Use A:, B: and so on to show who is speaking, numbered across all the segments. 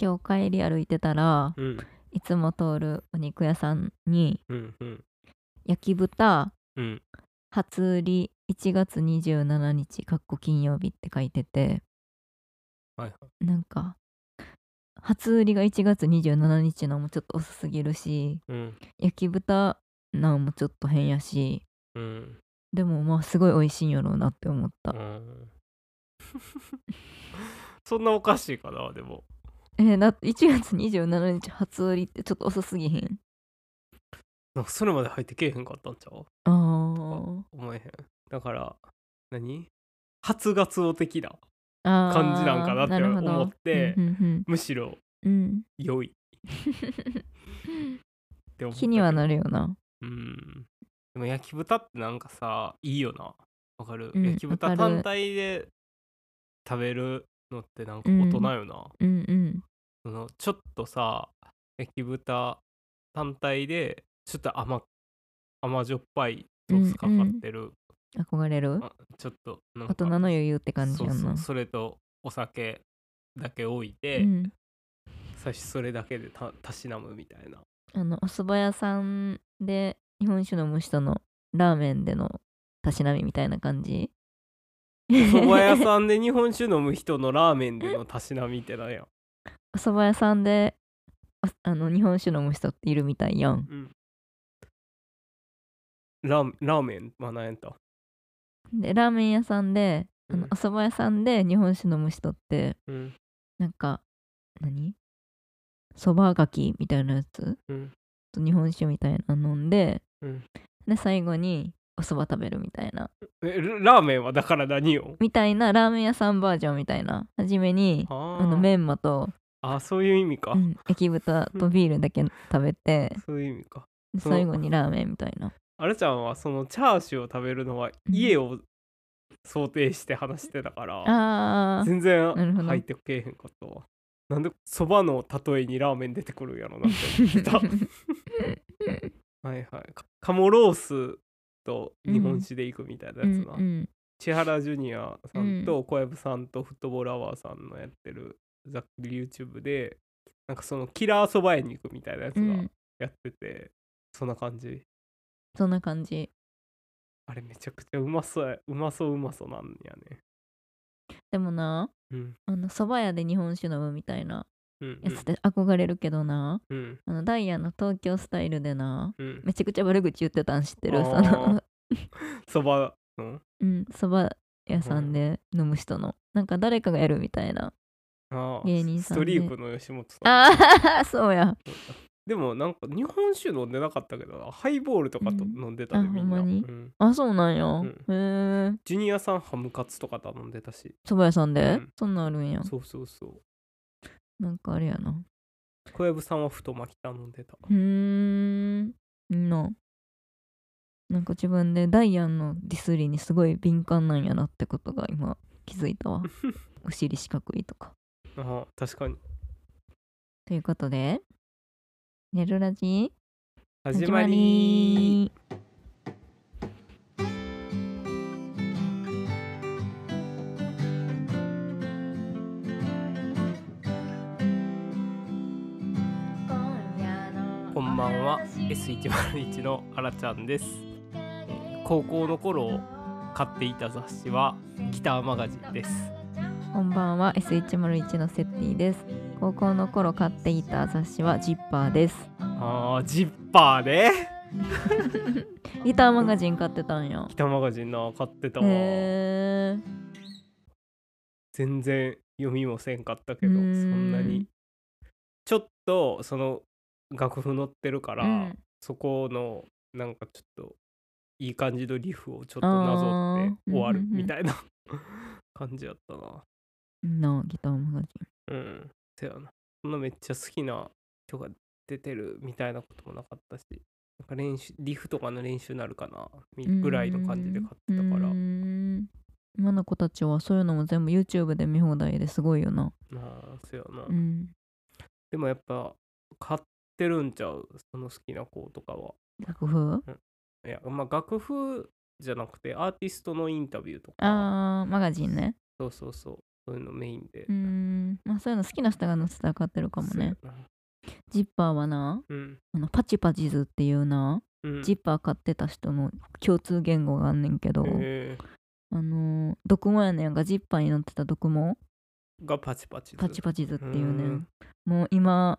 A: 今日帰り歩いてたら
B: うん
A: いつも通るお肉屋さんに
B: うんうん
A: 焼き豚
B: うん
A: 初売り1月27日かっこ金曜日って書いてて、
B: はいは
A: なんか初売りが1月27日のもちょっと遅すぎるし
B: うん
A: 焼き豚なんもちょっと変やし
B: うん
A: でもまあすごい美味しいんやろうなって思った
B: う、ん そんなおかしいかなでも
A: えーだって1月27日初売りってちょっと遅すぎへん
B: なんかそれまで入ってけえへんかったんちゃう
A: あー
B: 思えへんだから何初月男的な
A: あー
B: 感じなんかなって
A: るほど
B: 思って
A: うんうん
B: むしろ
A: うんうん
B: 良いって 思ったけど
A: 気にはなるよな
B: うんでも焼き豚ってなんかさいいよなわかる、
A: うん
B: 焼き豚
A: わかる
B: 単体で食べるのってなんか大人よな、
A: うんうん
B: そのちょっとさ焼き豚単体でちょっと甘甘じょっぱいソースかかってる、
A: 憧れる
B: あちょっとなん
A: 大
B: か
A: 人の余裕って感じやん
B: そうそ
A: な
B: うそれとお酒だけ置いて、
A: うん
B: 最初それだけでたたしなむみたいな
A: あのお蕎麦屋さんで日本酒飲む人のラーメンでのたしなみみたいな感じ
B: お蕎麦屋さんで日本酒飲む人のラーメンでのたしなみってなんや
A: お蕎麦屋さんでおあの日本酒飲む人っているみたいやん
B: うんラーラーメンは何やった
A: でラーメン屋さんであの、
B: うん
A: お蕎麦屋さんで日本酒飲む人って
B: うん
A: なんか何そばがきみたいなやつ
B: うん
A: と日本酒みたいなの飲んで、
B: うん
A: で最後にお蕎麦食べるみたいな
B: えルラーメンはだから何よ
A: みたいなラーメン屋さんバージョンみたいな初めに
B: あ
A: あのメンマと、
B: ああそういう意味か、
A: うん、焼き豚とビールだけ食べて
B: そういう意味か
A: で
B: そう
A: 最後にラーメンみたいな
B: あるちゃんはそのチャーシューを食べるのは
A: ん
B: 家を想定して話してたから、
A: あー
B: 全然
A: なるほど
B: 入ってけえへんかったわなんでそばの例えにラーメン出てくるんやろなって思って たはいはいか鴨ロースと日本酒で行くみたいな
A: う
B: や
A: ん
B: つな、
A: うん
B: 千原ジュニアさんと小籔さんとフットボールアワーさんのやってるざっくり YouTube でなんかそのキラーそば屋に行くみたいなやつ
A: う
B: が
A: ん
B: やってて、そんな感じ
A: そんな感じ
B: あれめちゃくちゃうまそうやうまそううまそうなんやね
A: でもな
B: うん
A: あの蕎麦屋で日本酒飲むみたいな
B: うん
A: やつって憧れるけどな、
B: うんうん
A: あのダイヤの東京スタイルでな
B: うん
A: めちゃくちゃ悪口言ってたん知ってる
B: あ
A: そ
B: ー
A: の
B: そばの
A: うんそば屋さんで飲む人のなんか誰かがやるみたいな
B: あー
A: 芸人さん
B: ストリー
A: で
B: クの吉本さん
A: ああ そうや
B: でもなんか日本酒飲んでなかったけどなハイボールとかと
A: うん
B: 飲んでたで、
A: あ
B: みんな
A: ほんまに
B: うん
A: あそうなんや、へ
B: ん
A: え
B: ジュニアさんハムカツとか頼んでたし
A: 蕎麦屋さんで、
B: うん
A: そんなんあるんや
B: そうそうそう
A: なんかあれやな
B: 小籔さんは太巻き頼んでた
A: うーんななんか自分でダイアンのディスりにすごい敏感なんやなってことが今気づい たわお尻四角いとか
B: あー確かに
A: ということで「寝るラジ
B: 始まりこんばんは S101 のあらちゃんです、えー高校の頃買っていた雑誌はギターマガジンです
A: こんばんは S101 のセッティです高校の頃買っていた雑誌はジッパーです
B: あージッパーね
A: ギターマガジン買ってたんや
B: ギターマガジンな買ってたわ、
A: へえ
B: 全然読みもせんかったけど
A: う
B: そ
A: ーん
B: んなにちょっとその楽譜乗ってるから、
A: うん
B: そこのなんかちょっといい感じのリフをちょっとなぞって
A: あー
B: 終わる
A: うんうんうん
B: みたいな 感じやったな
A: なギターマガジ
B: うんせやなそんなめっちゃ好きな人が出てるみたいなこともなかったしなんか練習リフとかの練習になるかなみ
A: ン
B: ぐらいの感じで買ってたか
A: うー
B: ら
A: ん今の子たちはそういうのも全部 YouTube で見放題ですごいよな
B: あーせやな、
A: うん
B: でもやっぱ買ってるんちゃうその好きな子とかは
A: 楽譜
B: いやまあ楽譜じゃなくてアーティストのインタビューとか
A: あーマガジンね
B: そうそうそうそういうのメインで
A: うーんうんまあそういうの好きな人が載せたら買ってるかもねジッパーはな
B: うん
A: あのパチパチズっていうな、
B: うん
A: ジッパー買ってた人の共通言語があんねんけど、
B: え
A: あのードクモやねんがジッパーに載ってたドクモ
B: ーがパチパチ
A: パチ
B: チ
A: パチズっていうね
B: うん
A: もう今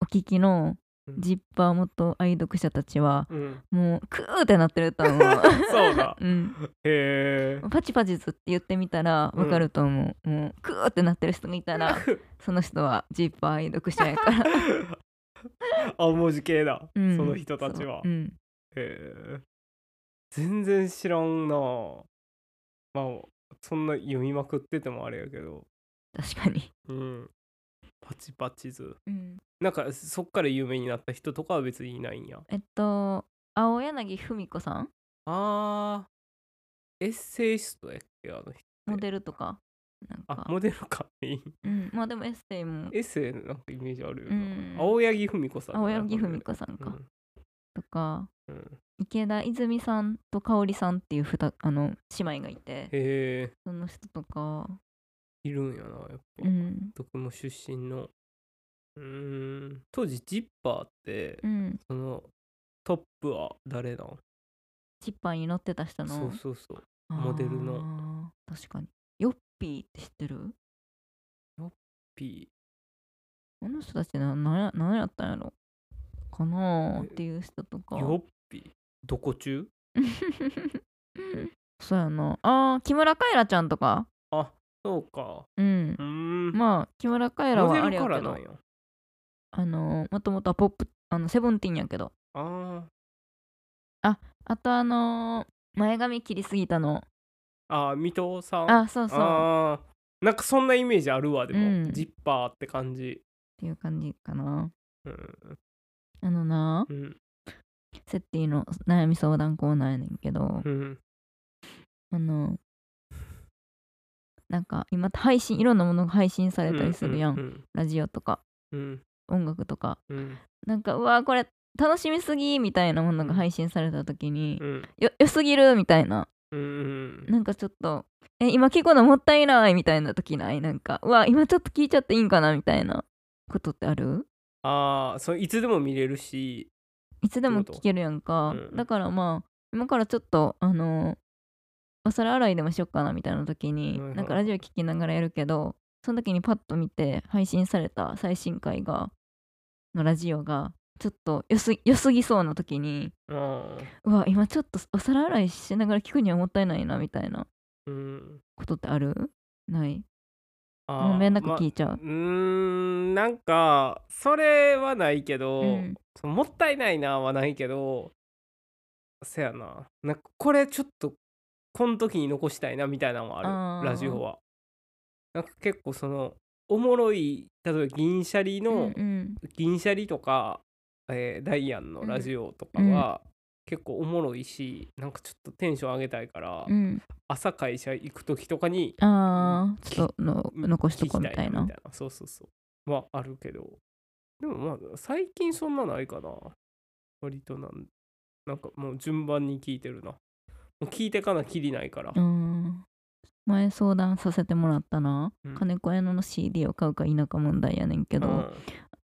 A: お聞きの
B: うん
A: ジッパー元愛読者たちは
B: うん
A: もうクーってなってると思う、
B: そうだ
A: うん、
B: へえ
A: パチパチズって言ってみたらわかると思う、もうクーってなってる人がいたらその人はジッパー愛読者やから
B: 青文字系だ、
A: うん
B: その人たちは
A: そううん
B: へえ全然知らんなあまあそんな読みまくっててもあれやけど
A: 確かに、
B: うんパチパチ図なんかそっから有名になった人とかは別にいないんや
A: えっと青柳文子さん
B: あーエッセイストやっけあの人
A: モデルとかなん
B: あ
A: か
B: モデルか
A: うん、まあでもエッセイも
B: エッセイなんかイメージあるよ
A: う
B: な、
A: ん
B: 青柳文子さんだな
A: 青柳文子さん
B: こ
A: か、
B: れ
A: とか
B: うんうん
A: 池田泉さんと香織さんっていうふたあの姉妹がいて
B: へえ
A: その人とか
B: いるんやなやっぱ、
A: うん
B: 僕も出身のうーん当時ジッパーって、
A: うん
B: そのトップは誰なん
A: チッパーに乗ってた人の
B: そうそうそうモ
A: モ
B: デルの
A: 確かにヨッピーって知ってる
B: P
A: あの人たちな何や何やったんやろかなーっ
B: え
A: ていう人とか
B: ヨッピどこ中
A: そうやなあー木村カエラちゃんとか
B: あそうか
A: うん
B: うーん
A: まあ木村カエラ
B: モデ
A: はあれ
B: ル
A: や
B: か
A: け
B: ら
A: ど
B: なんや
A: あのもともとはポップあのセブンティーンやけど
B: あー
A: あとあのー前髪切りすぎたの
B: あー水戸さん
A: あそうそうっ
B: あーなんかそんなイメージあるわでも、
A: うん
B: ジッパーって感じ
A: ていう感じかな
B: うん
A: あのな
B: うん
A: セッティの悩み相談コーナーやねんけど
B: うん
A: あのなんか今配信いろんなものが配信されたりするやん、
B: うん
A: ラジオとか
B: うん
A: 音楽とか
B: うん
A: なんかうわこれ楽しみすぎみたいなものが配信された時に、
B: うん
A: よ良すぎるみたいな
B: うんうん
A: なんかちょっとえ今聞くのもったいないみたいな時ないなんかうわ今ちょっと聞いちゃっていいんかなみたいなことってある
B: ああそういつでも見れるし
A: いつでも聞けるやんか、
B: ってことうん
A: だからまあ今からちょっとあのお皿洗いでもしよっかなみたいな時に、
B: はいはい
A: なんかラジオ聞きながらやるけどその時にパッと見て配信された最新回がのラジオがちょっと良す良すぎそうな時に
B: あ
A: うわ今ちょっとお皿洗いしながら聞くにはもったいないなみたいな
B: ーうん
A: ことってあるない
B: あー
A: もうめんなく
B: まあ
A: 聞いちゃう
B: う、ーんなんかそれはないけど、
A: うん
B: そのもったいないなはないけどせやななんかこれちょっとこの時に残したいなみたいなのもあ
A: あー
B: るラジオはなんか結構そのおもろい例えば銀シャリの、
A: うんうん
B: 銀シャリとか、えーダイアンのラジオとかは、結構おもろいしなんかちょっとテンション上げたいから、
A: うん、
B: 朝会社行く時とかに
A: ああちょっとの
B: うん
A: 残しとこうみたいな
B: 聞きそうそうそうまああるけどでもまあ最近そんなないかな割となんなんかもう順番に聞いてるなもう聞いてかなきりないから
A: うん前相談させてもらったな、
B: うん
A: 金子屋の CD を買うか否か問題やねんけ
B: け
A: ど、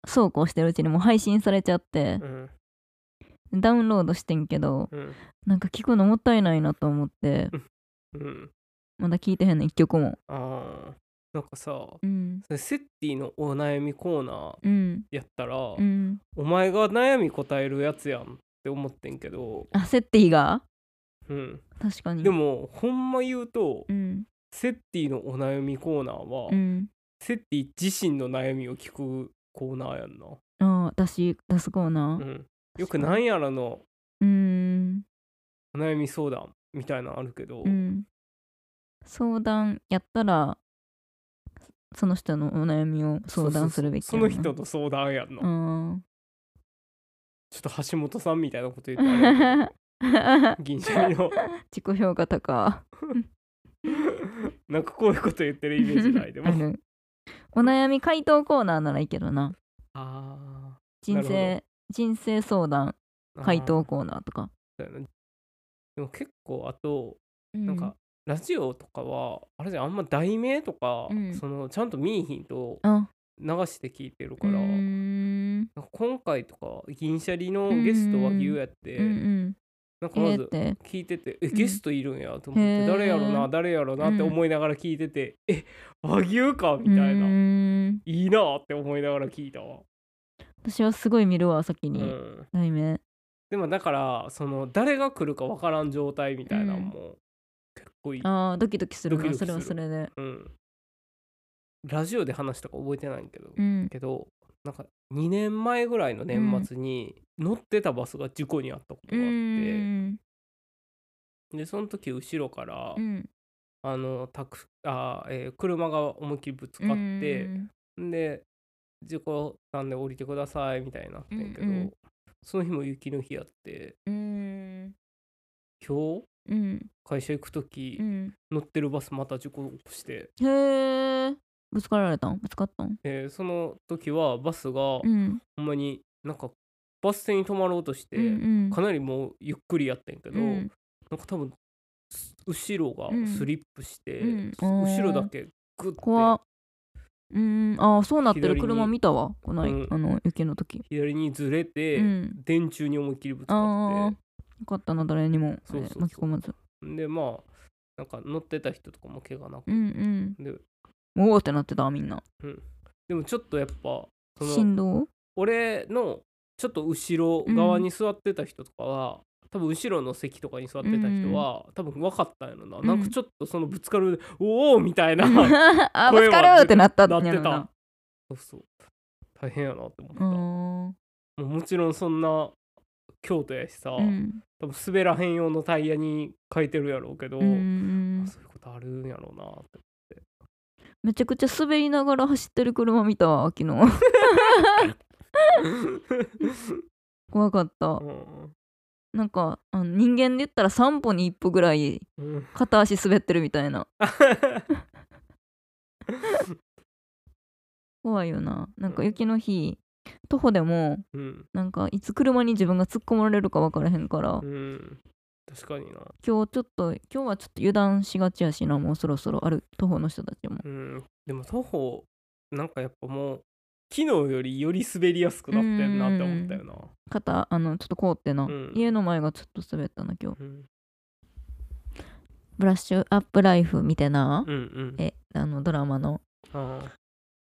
A: そうこうしてるうちにもう配信されちゃって
B: う、ん
A: ダウンロードしてんけど
B: うん
A: なんか聞くのもったいないなと思って
B: うん
A: まだ聞いてへんねん一曲も
B: ああなんかさ
A: うん
B: それセッティのお悩みコーナー
A: うん
B: やったら、
A: うん
B: お前が悩み答えるやつやんって思ってんけど、
A: あセッティが
B: うん、
A: 確かに
B: でもほんま言うと、
A: うん
B: セッティのお悩みコーナーは、
A: うん
B: セッティ自身の悩みを聞くコーナーやんな、
A: ああ出し出すコー
B: う
A: ナー
B: ん、よくなんやらの
A: うん
B: お悩み相談みたいなのあるけど、
A: うん、相談やったらその人のお悩みを相談するべき
B: そうそうそうその人と相談やんな、
A: うん
B: ちょっと橋本さんみたいなこと言ってあれ やけど銀シャリの
A: 自己評価高
B: なんかこういうこと言ってるイメージないで
A: あ
B: も
A: るお悩み回答コーナーならいいけどな
B: あ
A: 人
B: なる
A: 生人生相談
B: ー
A: 回答コーナーとか
B: あーそうやなでも結構あと
A: な
B: なんかラジオとかはあれじゃんあんま題名とか、
A: うん
B: そのちゃんと見えひんと
A: あ
B: 流して聞いてる
A: う
B: か
A: ー
B: ら、
A: ん
B: なんか今回とか銀シャリのゲストは牛やって、
A: うんうん
B: なん
A: え
B: かま
A: ーっ
B: ず
A: て
B: 聞いてて、え
A: ん
B: ゲストいるんやと思って、
A: へー
B: 誰やろな誰やろなって思いながら聞いてて、え和牛かみたいな、
A: うーん
B: いいなって思いながら聞いたわ、
A: 私はすごい見るわ先
B: う
A: に、
B: ん、
A: 題名
B: でもだからその誰が来るかわからん状態みたいなのも結構いい、
A: あードキドキするな
B: ドキドキする
A: それはそれで
B: うん、ラジオで話したか覚えてないんけど、
A: うん
B: けどなんか2年前ぐらいの年末に乗ってたバスが事故にあったこと
A: う
B: があって、
A: ん
B: でその時後ろから、
A: うん
B: あのタクあー、えー車が思いっきりぶつかって、で事故なんで降りてくださいみたいになってんけ
A: う
B: ど、
A: んうん
B: その日も雪の日やって
A: うん
B: 今日
A: うん
B: 会社行く時、
A: うん
B: 乗ってるバスまた事故起こして、
A: へえぶつかられたんぶつかったん
B: えーその時はバスが、
A: うん
B: ほんまになんかバス停に止まろうとして、
A: うんうん
B: かなりもうゆっくりやってんけど、
A: うん
B: なんか多分す後ろが
A: うん
B: スリップして、
A: うん
B: す後ろだけグッ
A: 怖
B: て
A: っうーんああそうなってる
B: 左に
A: 車見たわこない、
B: うん
A: あの雪の時
B: 左にずれて、
A: うん
B: 電柱に思いっきりぶつ
A: あ
B: か
A: あ
B: っ
A: よかったな誰にも
B: そうそうそう
A: あれ巻き込まず
B: てでまあなんか乗ってた人とかも怪我なく、
A: うん
B: で
A: うんおおってなってたみんな
B: でもちょっとやっぱその
A: 振動
B: 俺のちょっと後ろ側に座ってた人とかは、多分後ろの席とかに座ってた人は、多分分かったんやろな、
A: うん
B: なんかちょっとそのぶつかるおおみたいな
A: あぶ
B: 声
A: つ
B: は
A: かるってなったん
B: な
A: や
B: っ
A: ろ
B: てた
A: な
B: そうそう大変やなって思っ
A: う
B: た、も
A: ん
B: うもちろんそんな京都やしさ、
A: うん
B: 多分滑らへん用のタイヤに変えてるやろうけど、
A: うんうん
B: あそういうことあるんやろうなって
A: めちゃくちゃ滑りながら走ってる車見たわ昨日 怖かったなんかあの人間で言ったら3歩に1歩ぐらい
B: うんうん
A: 片足滑ってるみたい な怖いよななんか雪の日徒歩でも
B: うん
A: なんかいつ車に自分が突っ込まれるか分からへんから、
B: うん確かにな
A: 今日ちょっと今日はちょっと油断しがちやしなもうそろそろある徒歩の人たちも
B: うんでも徒歩なんかやっぱもう昨日よりより滑りやすくなってんなって思ったよな、
A: 肩あのちょっと凍ってな、
B: うん
A: 家の前がちょっと滑ったな今日
B: うん、
A: ブラッシュアップライフ見てな、
B: うんうん
A: えあのドラマの
B: あ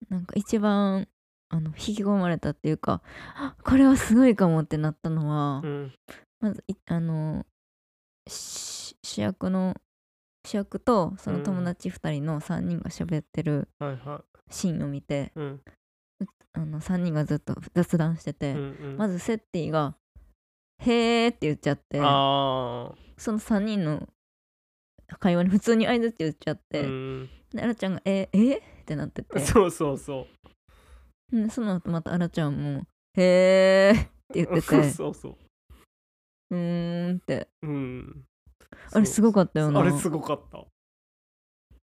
A: なんか一番あの引き込まれたっていうかあこれはすごいかもってなったのは、
B: ーうん
A: まずいあのし主役の主役とその友達2人の3人が喋ってる
B: はいは
A: シーンを見て、
B: いうん
A: あの3人がずっと雑談してて、
B: うんうん
A: まずセッティが「へーって言っちゃって
B: あ
A: その3人の会話に普通に相づち言っちゃっ
B: あ、
A: て、
B: うん、
A: でアラちゃんが「ええってなってて
B: そうそうそ
A: でその後またアラちゃんも「へーって言
B: う
A: って
B: そう
A: て
B: そうそう
A: うーんって
B: うん
A: あれすご
B: かっ
A: かったよな
B: あれすごかった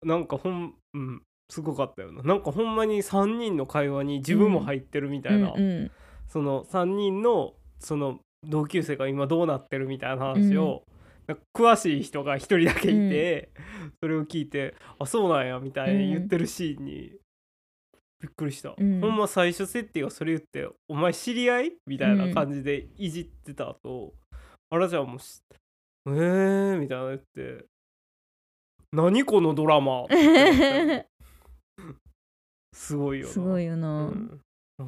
B: なんかほんうんすごかったよななんかほんまに3人の会話に自分も入ってるみたいな、
A: うんうん
B: その3人のその同級生が今どうなってるみたいな話を、なんか詳しい人が1人だけいて、それを聞いて「あそうなんや」みたいに言ってるシーンに、びっくりした、
A: うん
B: ほんま最初設定がそれ言って「お前知り合い?」みたいな感じでいじってた後、あらちゃんもし「えー」みたいなの言って「何このドラマ」ってな ってすごいよ な。
A: すごいよ
B: う
A: な、
B: ん、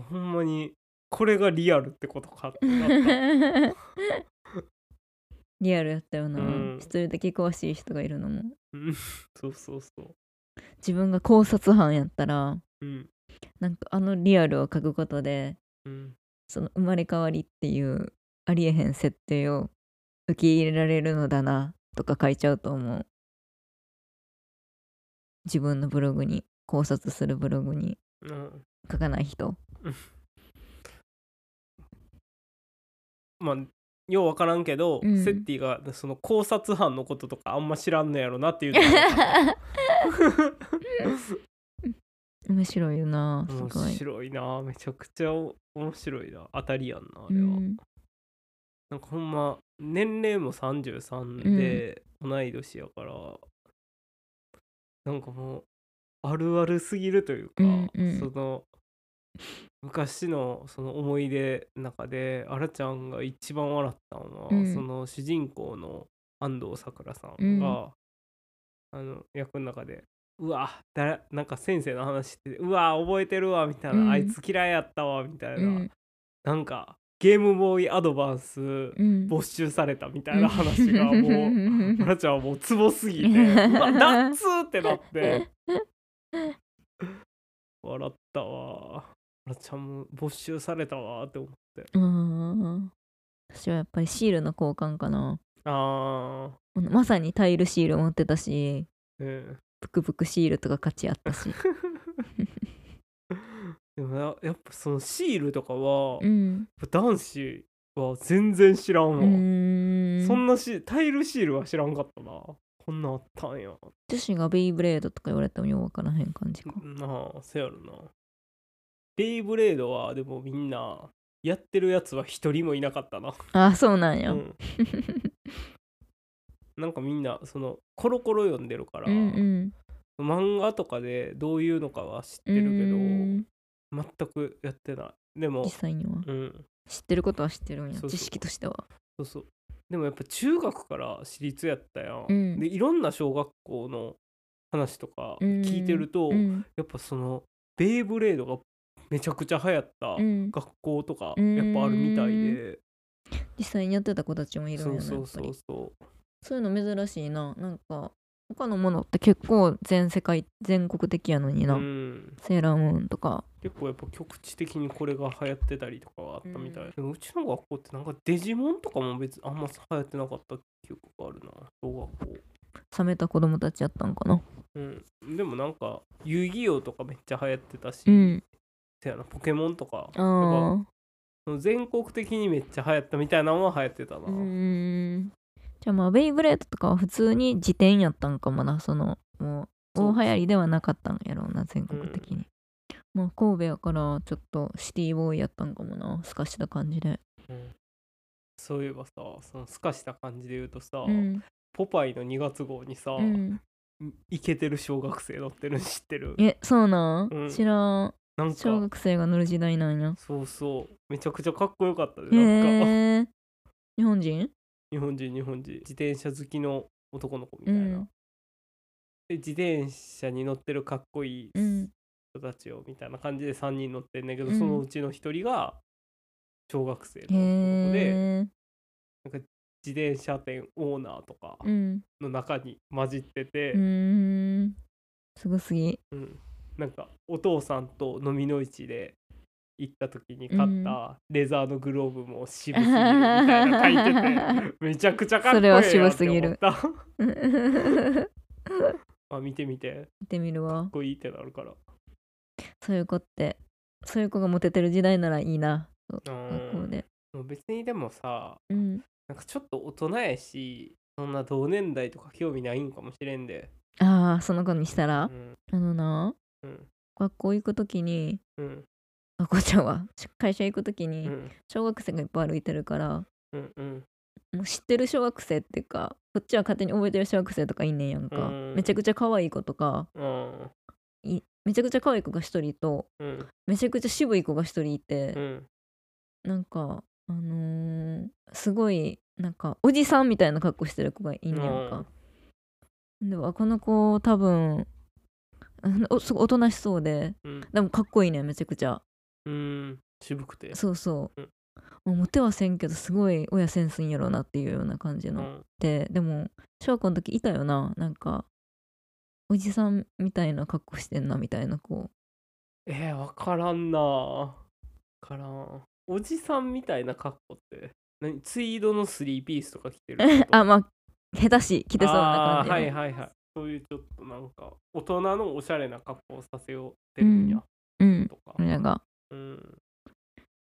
B: ほんまにこれがリアルってことかってなった
A: リアルやったよな、
B: うん
A: 一人だけ詳しい人がいるのも
B: うんそうそうそう、
A: 自分が考察班やったら
B: うん
A: なんかあのリアルを書くことで
B: うん、
A: その生まれ変わりっていうありえへん設定を受け入れられるのだなとか書いちゃうと思う自分のブログに考察するブログに
B: うん、
A: 書かない 人
B: まあようわからんけど、
A: うん
B: セッティがその考察班のこととかあんま知らんのやろなっていうのが分かった
A: 面白いよなす ご
B: 面
A: い
B: 白いなめちゃくちゃお面白いな当たりやんなあ
A: う
B: れは、
A: ん
B: なんかほんま年齢も33で同い年やから、なんかもうあるあるすぎるというか、
A: うんうん
B: その昔のその思い出の中であらちゃんが一番笑ったのは、
A: うん
B: その主人公の安藤サクラさんが、あの役の中で「うわだらなんか先生の話しててうわ覚えてるわ」みたいな、
A: うん
B: あいつ嫌いやったわ」みたいな、
A: うん
B: なんかゲームボーイアドバンス、
A: うん
B: 没収されたみたいな話がもう。
A: ん
B: マラちゃんはもうツボすぎて「う わナッツ!」ってなって笑ったわマラちゃんも没収されたわって思って
A: うん私はやっぱりシールの交換かな
B: あ
A: まさにタイルシール持ってたし
B: ーうん
A: ブクブクシールとか価値あった し
B: でもややっぱそのシールとかは、
A: うん
B: 男子は全然知らん
A: う
B: わ、
A: ーん
B: そんなしタイルシールは知らんかったなこんなんあったんや
A: 女子がベイブレードとか言われてもようわからへん感じか
B: なあせやろなベイブレードはでもみんなやってるやつは一人もいなかったな
A: あそうなんや
B: うん なんかみんなそのコロコロ読んでるから、
A: うんうん
B: 漫画とかでどういうのかは知ってるけど、
A: うん
B: 全くやってないでも
A: 実、際には
B: うん、
A: 知ってることは知ってるんや
B: そうそう
A: 知識としては
B: そうそうでもやっぱ中学から私立やったやん、
A: うん
B: でいろんな小学校の話とか聞いてると、
A: うん
B: やっぱそのベイブレードがめちゃくちゃ流行った
A: うん
B: 学校とか
A: うん
B: やっぱあるみたいで、
A: 実際にやってた子たちもいるん
B: そ
A: や
B: う
A: な
B: そ
A: や
B: う
A: っぱ
B: そ
A: り
B: うそ
A: そういうの珍しいななんか他のものって結構全世界全国的やのに
B: う、う
A: な、
B: ん、
A: セーラームーンとか
B: 結構やっぱ局地的にこれが流行ってたりとかはあったみたい、でもうちの学校ってなんかデジモンとかも別にあんま流行ってなかった記憶があるな小学校
A: 冷めた子供たちやったんかな
B: うんでもなんか遊戯王とかめっちゃ流行ってたし、
A: うん
B: せやなポケモンとか
A: あ
B: やっ
A: ー
B: ぱ全国的にめっちゃ流行ったみたいなのは流行ってたな、
A: うーんじゃあまあベイブレードとかは普通に辞典やったんかもなそのもう
B: そう
A: 大流行りではなかったんやろうな全国的に、まあ神戸やからちょっとシティボーイやったんかもなすかした感じで
B: そういえばさそのすかした感じで言うとさ、
A: うん
B: ポパイの2月号にさ、
A: うん
B: イケてる小学生乗ってるの知ってる
A: えそうなん、
B: うん
A: 知らん
B: なんか
A: 小学生が乗る時代なんや
B: そうそうめちゃくちゃかっこよかったで、
A: へ
B: なん
A: え
B: か
A: 日本人
B: 日本人日本人自転車好きの男の子みたいな、
A: うん
B: で自転車に乗ってるかっこいい
A: うん
B: 人たちをみたいな感じで3人乗ってんだけど、
A: うん
B: そのうちの1人が小学生の
A: へ
B: 男の子で
A: え
B: 自転車店オーナーとか
A: うん
B: の中に混じってて、
A: うーんすごすぎ
B: うんなんかお父さんと飲みの市で行った時に買ったレザーのグローブも渋すぎるみたいな書い ててめちゃくちゃかっこいいなって思った
A: それは渋すぎ る うん行
B: まあ見てみて
A: ってみるわ
B: こいいってなるから。
A: そういう子ってそういう子がモテてる時代ならいいなそう学校で
B: もう別にでもさ
A: うん
B: なんかちょっと大人やしそんな同年代とか興味ないんかもしれんで
A: ああその子にした
B: う
A: ら、
B: ん
A: あのな
B: うん
A: 学校行く時に
B: うん
A: 学校ちゃんは会社行く時
B: う
A: に
B: ん
A: 小学生がいっぱい歩いてるから、
B: うんうん
A: もう知ってる小学生っていうかこっちは勝手に覚えてる小学生とかいんねんやんか、
B: うん
A: めちゃくちゃ可愛い子とか
B: うん
A: いめちゃくちゃ可愛い子が一人と
B: うん
A: めちゃくちゃ渋い子が一人いて、
B: うん
A: なんかあのーすごいなんかおじさんみたいな格好してる子がいんねやんか。ではこの子多分うんおすごいおとなしそうで
B: うん
A: でもかっこいいねめちゃくちゃ
B: うん渋くて
A: そうそう
B: うん、
A: もうモテはせんけどすごい親センスいいんやろうなっていうような感じの、
B: うん
A: ででも小学校の時いたよななんかおじさんみたいな格好してんなみたいな子
B: えー、わからんなわからんおじさんみたいな格好って何ツイードのスリーピースとか着てる
A: あ
B: ま
A: まあ下手し来てそうな感じの
B: はいはいはいそういうちょっとなんか大人のおしゃれな格好をさせようってるんや、
A: うん
B: とか
A: 親が
B: うん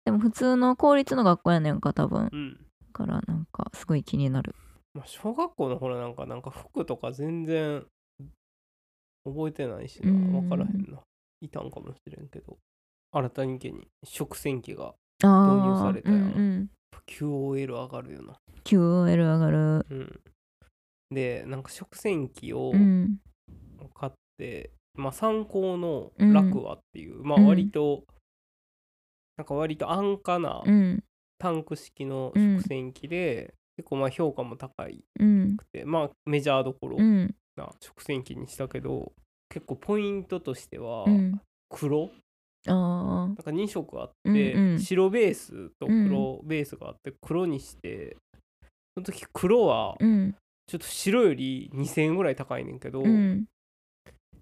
A: でも普通の公立の学校やねんか多分だ
B: うん
A: からなんかすごい気になる
B: まあ、小学校の頃なんかなんか服とか全然覚えてないしな
A: うん
B: 分からへんないたんかもしれんけど新たに家に食洗機が
A: あ
B: 入
A: あ
B: されたやん
A: うんうん、
B: QOL 上がるよな、
A: QOL 上がる
B: うん、でなんか食洗機を
A: うん
B: 買っって、まあ、三高の楽和っていう、まあ割と、なんか割と安価な
A: うん
B: タンク式の食洗機で、結構まあ評価も高い
A: うん
B: くてまあメジャーどころ
A: うん
B: な食洗機にしたけど、結構ポイントとしては
A: うん
B: 黒、
A: あ
B: なんか2色あって、
A: うんうん
B: 白ベースと黒ベースがあって黒にして、その時黒は
A: ーうん
B: ちょっと白より2000円ぐらい高いねんけど、
A: うん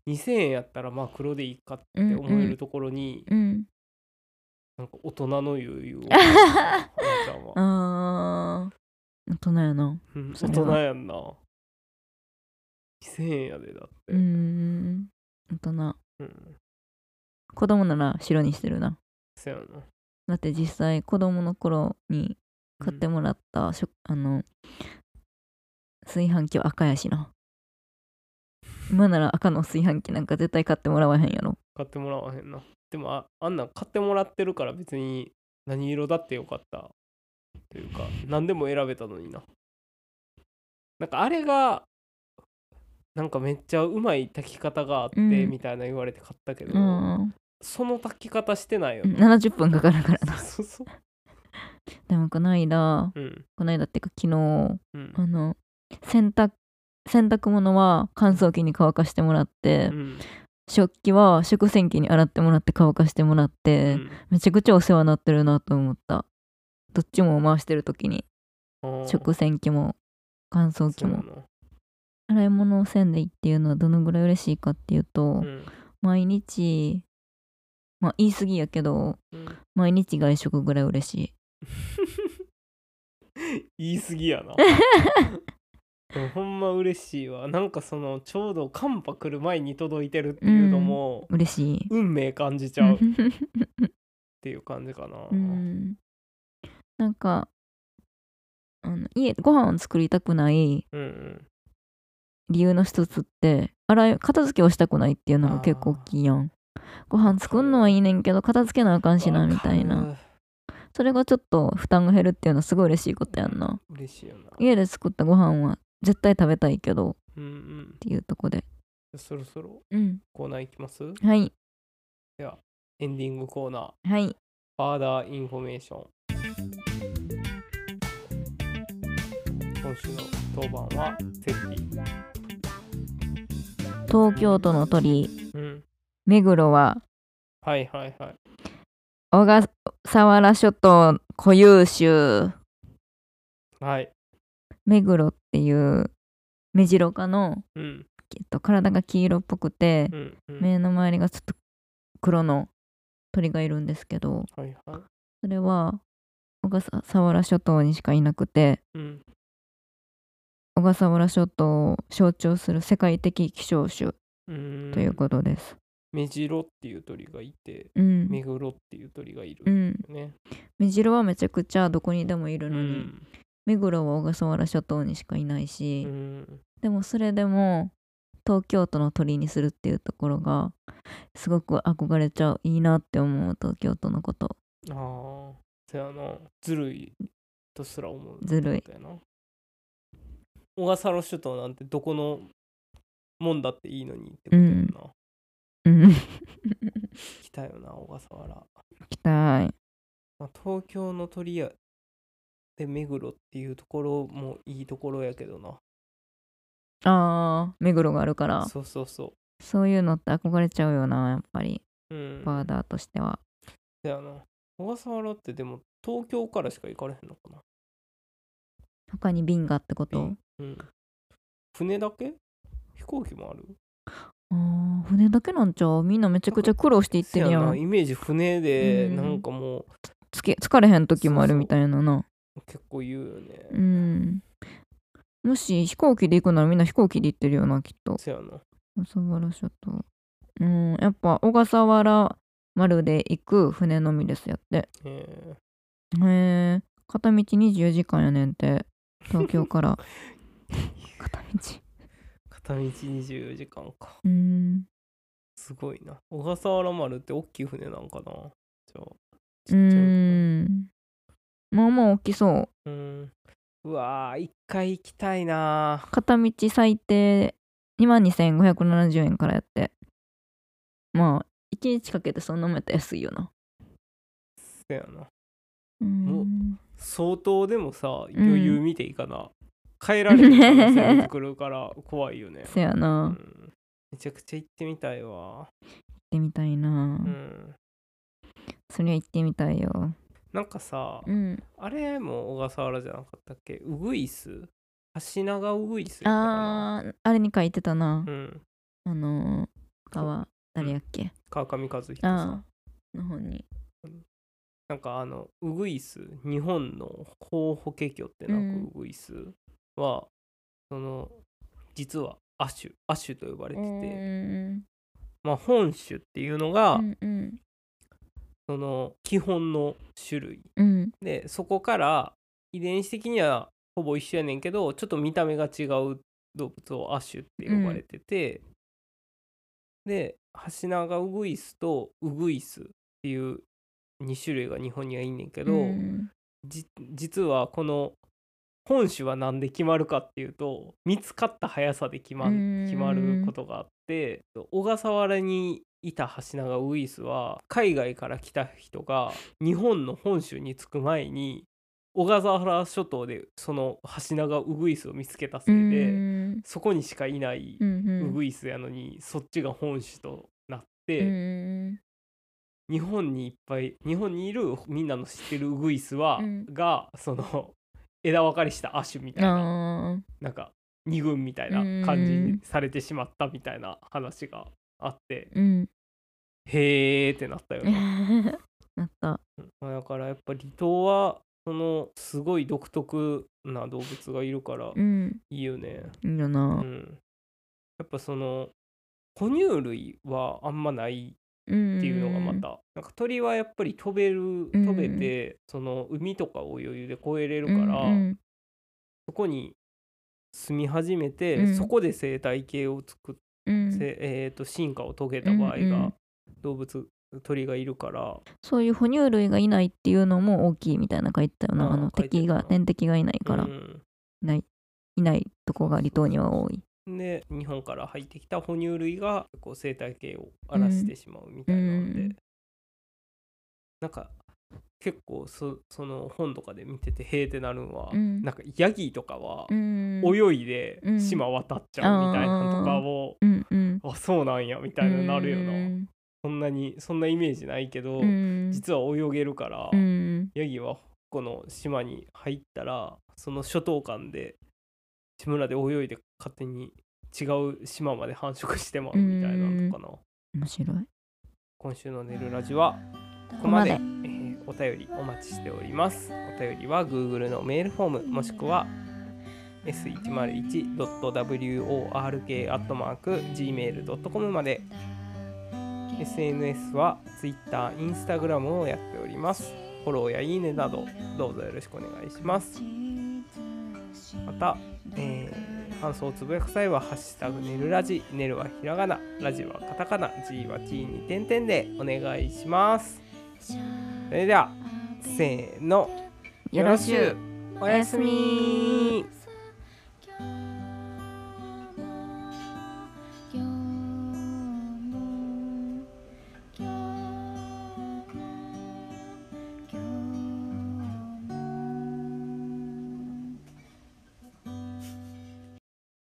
B: 2000円やったらまあ黒でいいかって
A: うんうん
B: 思えるところに、
A: うん
B: なんか大人の余 裕をあやちゃんは
A: あー大人やな
B: うん
A: そ
B: 大
A: れは
B: 人やんな2000円やでだって、
A: うーん大人
B: うん
A: 子供なら白にしてるな
B: そうやな
A: だって実際子供の頃に買ってもらった食、あの炊飯器は赤やしな今なら赤の炊飯器なんか絶対買ってもらわへんやろ
B: 買ってもらわへんなでもああんなん買ってもらってるから別に何色だってよかったというか何でも選べたのにななんかあれがなんかめっちゃうまい炊き方があっ
A: う
B: て
A: ん
B: みたいな言われて買ったけど、
A: うん
B: その炊き方してないよな、
A: 70分かかるからな
B: そうそうそ
A: でもこの間
B: ううん
A: この間っていうか昨日
B: うん
A: あの洗濯洗濯物は乾燥機に乾かしてもらって、
B: うん
A: 食器は食洗機に洗ってもらって乾かしてもらっ
B: う
A: て、
B: ん
A: めちゃくちゃお世話になってるなと思ったどっちも回してる時に
B: あー
A: 食洗機も乾燥機
B: そうや
A: も
B: な
A: 洗い物をせんでいいっていうのはどのぐらい嬉しいかっていうと、
B: うん
A: 毎日まあ言い過ぎやけど
B: うん
A: 毎日外食ぐらい嬉しい
B: 言い過ぎやなでもほんま嬉しいわなんかそのちょうど寒波来る前に届いてるっていうのも、
A: 嬉しい
B: 運命感じちゃうっていう感じかな、
A: うんなんかあの家ご飯を作りたくない
B: うんうん
A: 理由の一つって洗い片付けをしたくないっていうのが結構大きいやんご飯作んのはいいねんけど片付けなあかんしなみたいな
B: わか
A: それがちょっと負担が減るっていうのはすごい嬉しいことやんな
B: る嬉しいよな
A: 家で作ったご飯は絶対食べたいけどっ
B: うんうん
A: ていうとこで
B: そろそろ
A: うん
B: コーナーいきます
A: はい
B: エンディングコーナー
A: はい
B: ファーダーインフォメーション今週の当番はセッティ
A: 東京都の鳥
B: うん
A: 目黒は
B: はいはいはい
A: 小笠原諸島固有種
B: はい
A: 目黒っていう目白科の、
B: うん
A: えっと、体が黄色っぽくて
B: うんうん
A: 目の周りがちょっと黒の鳥がいるんですけど
B: はいはい
A: それは小笠原諸島にしかいなくて
B: うん
A: 小笠原諸島を象徴する世界的希少種
B: うーん
A: ということです。
B: メジロっていう鳥がいて
A: うん。
B: メグロっていう鳥がいる
A: うんん、
B: だよね
A: 目白はめちゃくちゃどこにでもいる
B: う
A: のに、
B: ん
A: 目黒は小笠原諸島にしかいないし、
B: うん
A: でもそれでも東京都の鳥にするっていうところがすごく憧れちゃういいなって思う東京都のこと
B: ああそやなずるいとすら思う
A: ずるい
B: みたいな小笠原諸島なんてどこのもんだっていいのにってことやんな、
A: うん
B: 来たよな小笠原、
A: 期待
B: まあ、東京の鳥屋で目黒っていうところもいいところやけどな
A: あー目黒があるから
B: そうそうそ
A: そういうのって憧れちゃうよなやっぱり
B: ううん
A: バーダーとしては
B: だよな小笠原ってでも東京からしか行かれへんのかな
A: 他に瓶がってこと
B: うん船だけ飛行機もある
A: あー船だけなんちゃうみんなめちゃくちゃ苦労していってるや
B: せやなイ
A: ん
B: メージ船で
A: うん
B: なんかもう
A: つけ疲れへん時もあるみたいなな
B: 結構言うよね、
A: うんもし飛行機で行くならみんな飛行機で行ってるよなきっと
B: せやな
A: 小笠原諸島うんやっぱ小笠原丸で行く船のみですやって
B: え
A: へえ片道24時間やねんて東京から 片道
B: ー片道24時間か
A: うん
B: すごいな小笠原丸って大きい船なんかなじゃあちっ
A: う
B: ちゃい
A: んまあまあ大きそう
B: うんうわー一回行きたいな
A: 片道最低2万2570円からやってまあ1日かけてそんなもんやったら安いよな
B: せやな
A: うん
B: 相当でもさ
A: ん
B: 余裕見ていかな、変えられる可能性出てくるから怖いよね、
A: せや
B: う
A: な行っ
B: ん、めちゃくちゃ行ってみたいわ
A: てみたいな、
B: うん
A: そりゃ行ってみたいよ
B: なんかさ、
A: うん
B: あれも小笠原じゃなかったっけウグイス橋長ウグイスやったかな
A: あーあれに書いてたな、
B: うん
A: あのー川誰やっけ、
B: 川上和彦さ
A: ああの方に
B: なんかあのウグイス日本の候補華僑ってな
A: うん
B: くウグイスは、その実は亜種亜種と呼ばれてて、
A: うん
B: まあ本種っていうのが、
A: うんうん
B: その基本の種類
A: うん
B: でそこから遺伝子的にはほぼ一緒やねんけどちょっと見た目が違う動物を亜種って呼ばれてて、でハシナガウグイスとウグイスっていう2種類が日本にはいんねんけど、
A: うん
B: じ実はこの本種は何で決まるかっていうと見つかった速さで決ま
A: うーん
B: ん決まることがあって小笠原にいたハシナガウイルスは海外から来た人が日本の本州に着く前に小笠原諸島でそのハシナガウグイスを見つけたせ
A: う
B: い
A: ん
B: でそこにしかいない
A: うんうん
B: ウグイスやのにそっちが本種となって。
A: うん
B: 日本にいっぱい日本にいるみんなの知ってるウグイスは、
A: うん
B: がその枝分かれした亜種みたいな
A: あ
B: なんか二軍みたいな感じにされてしまったみたいな話があって、
A: ーうん
B: へーってなったよね。
A: なった
B: まあだからやっぱ離島はそのすごい独特な動物がいるから
A: うん
B: いいよね。
A: いいよ
B: う、
A: なん
B: やっぱその哺乳類はあんまない
A: うん
B: っていうのがまたなんか鳥はやっぱり飛べる
A: うん
B: 飛べてその海とかを余裕で越えれる
A: だ
B: から
A: うん
B: そこに住み始め
A: う
B: て
A: ん
B: そこで生態系を作って
A: うんうん
B: えーと進化を遂げた場合
A: うんう
B: が
A: ん
B: 動物鳥がいるから
A: そういう哺乳類がいないっていうのも大きいみたいな書いてたよ
B: あ
A: な
B: ー
A: あの
B: 書いて
A: 敵
B: たな
A: が天敵がいないから、
B: うん
A: ないいないとこが離島には多い
B: で日本から入ってきた哺乳類がこう生態系を荒らしてしまうみたいなので、
A: うん
B: なんか結構そその本とかで見ててへーってなるのは、
A: うん
B: なんかヤギとかは
A: うん
B: 泳いで
A: うん
B: 島渡っちゃうみたいなのとかを、
A: うんうんみ
B: あそうなんやみたいなのなるよな、そんなにそんなイメージないけど、
A: うん
B: 実は泳げるから、
A: うん
B: ヤギはこの島に入ったらその諸島間で村で泳いで勝手に違う島まで繁殖してまうみたいなのとかな、
A: 面白い
B: 今週の「寝るラジオ」はここまでえーお便りお待ちしておりますお便りは Google のメールフォームもしくは s101.work.gmail.com まで SNS は Twitter、Instagram をやっておりますフォローやいいねなどどうぞよろしくお願いしますまた、えー感想をつぶやく際は「ハッシュタグねるラジ」「ねるはひらがな」「ラジはカタカナ」「G は T に点々」でお願いしますそれではせーの
A: よろしゅう
B: おやすみ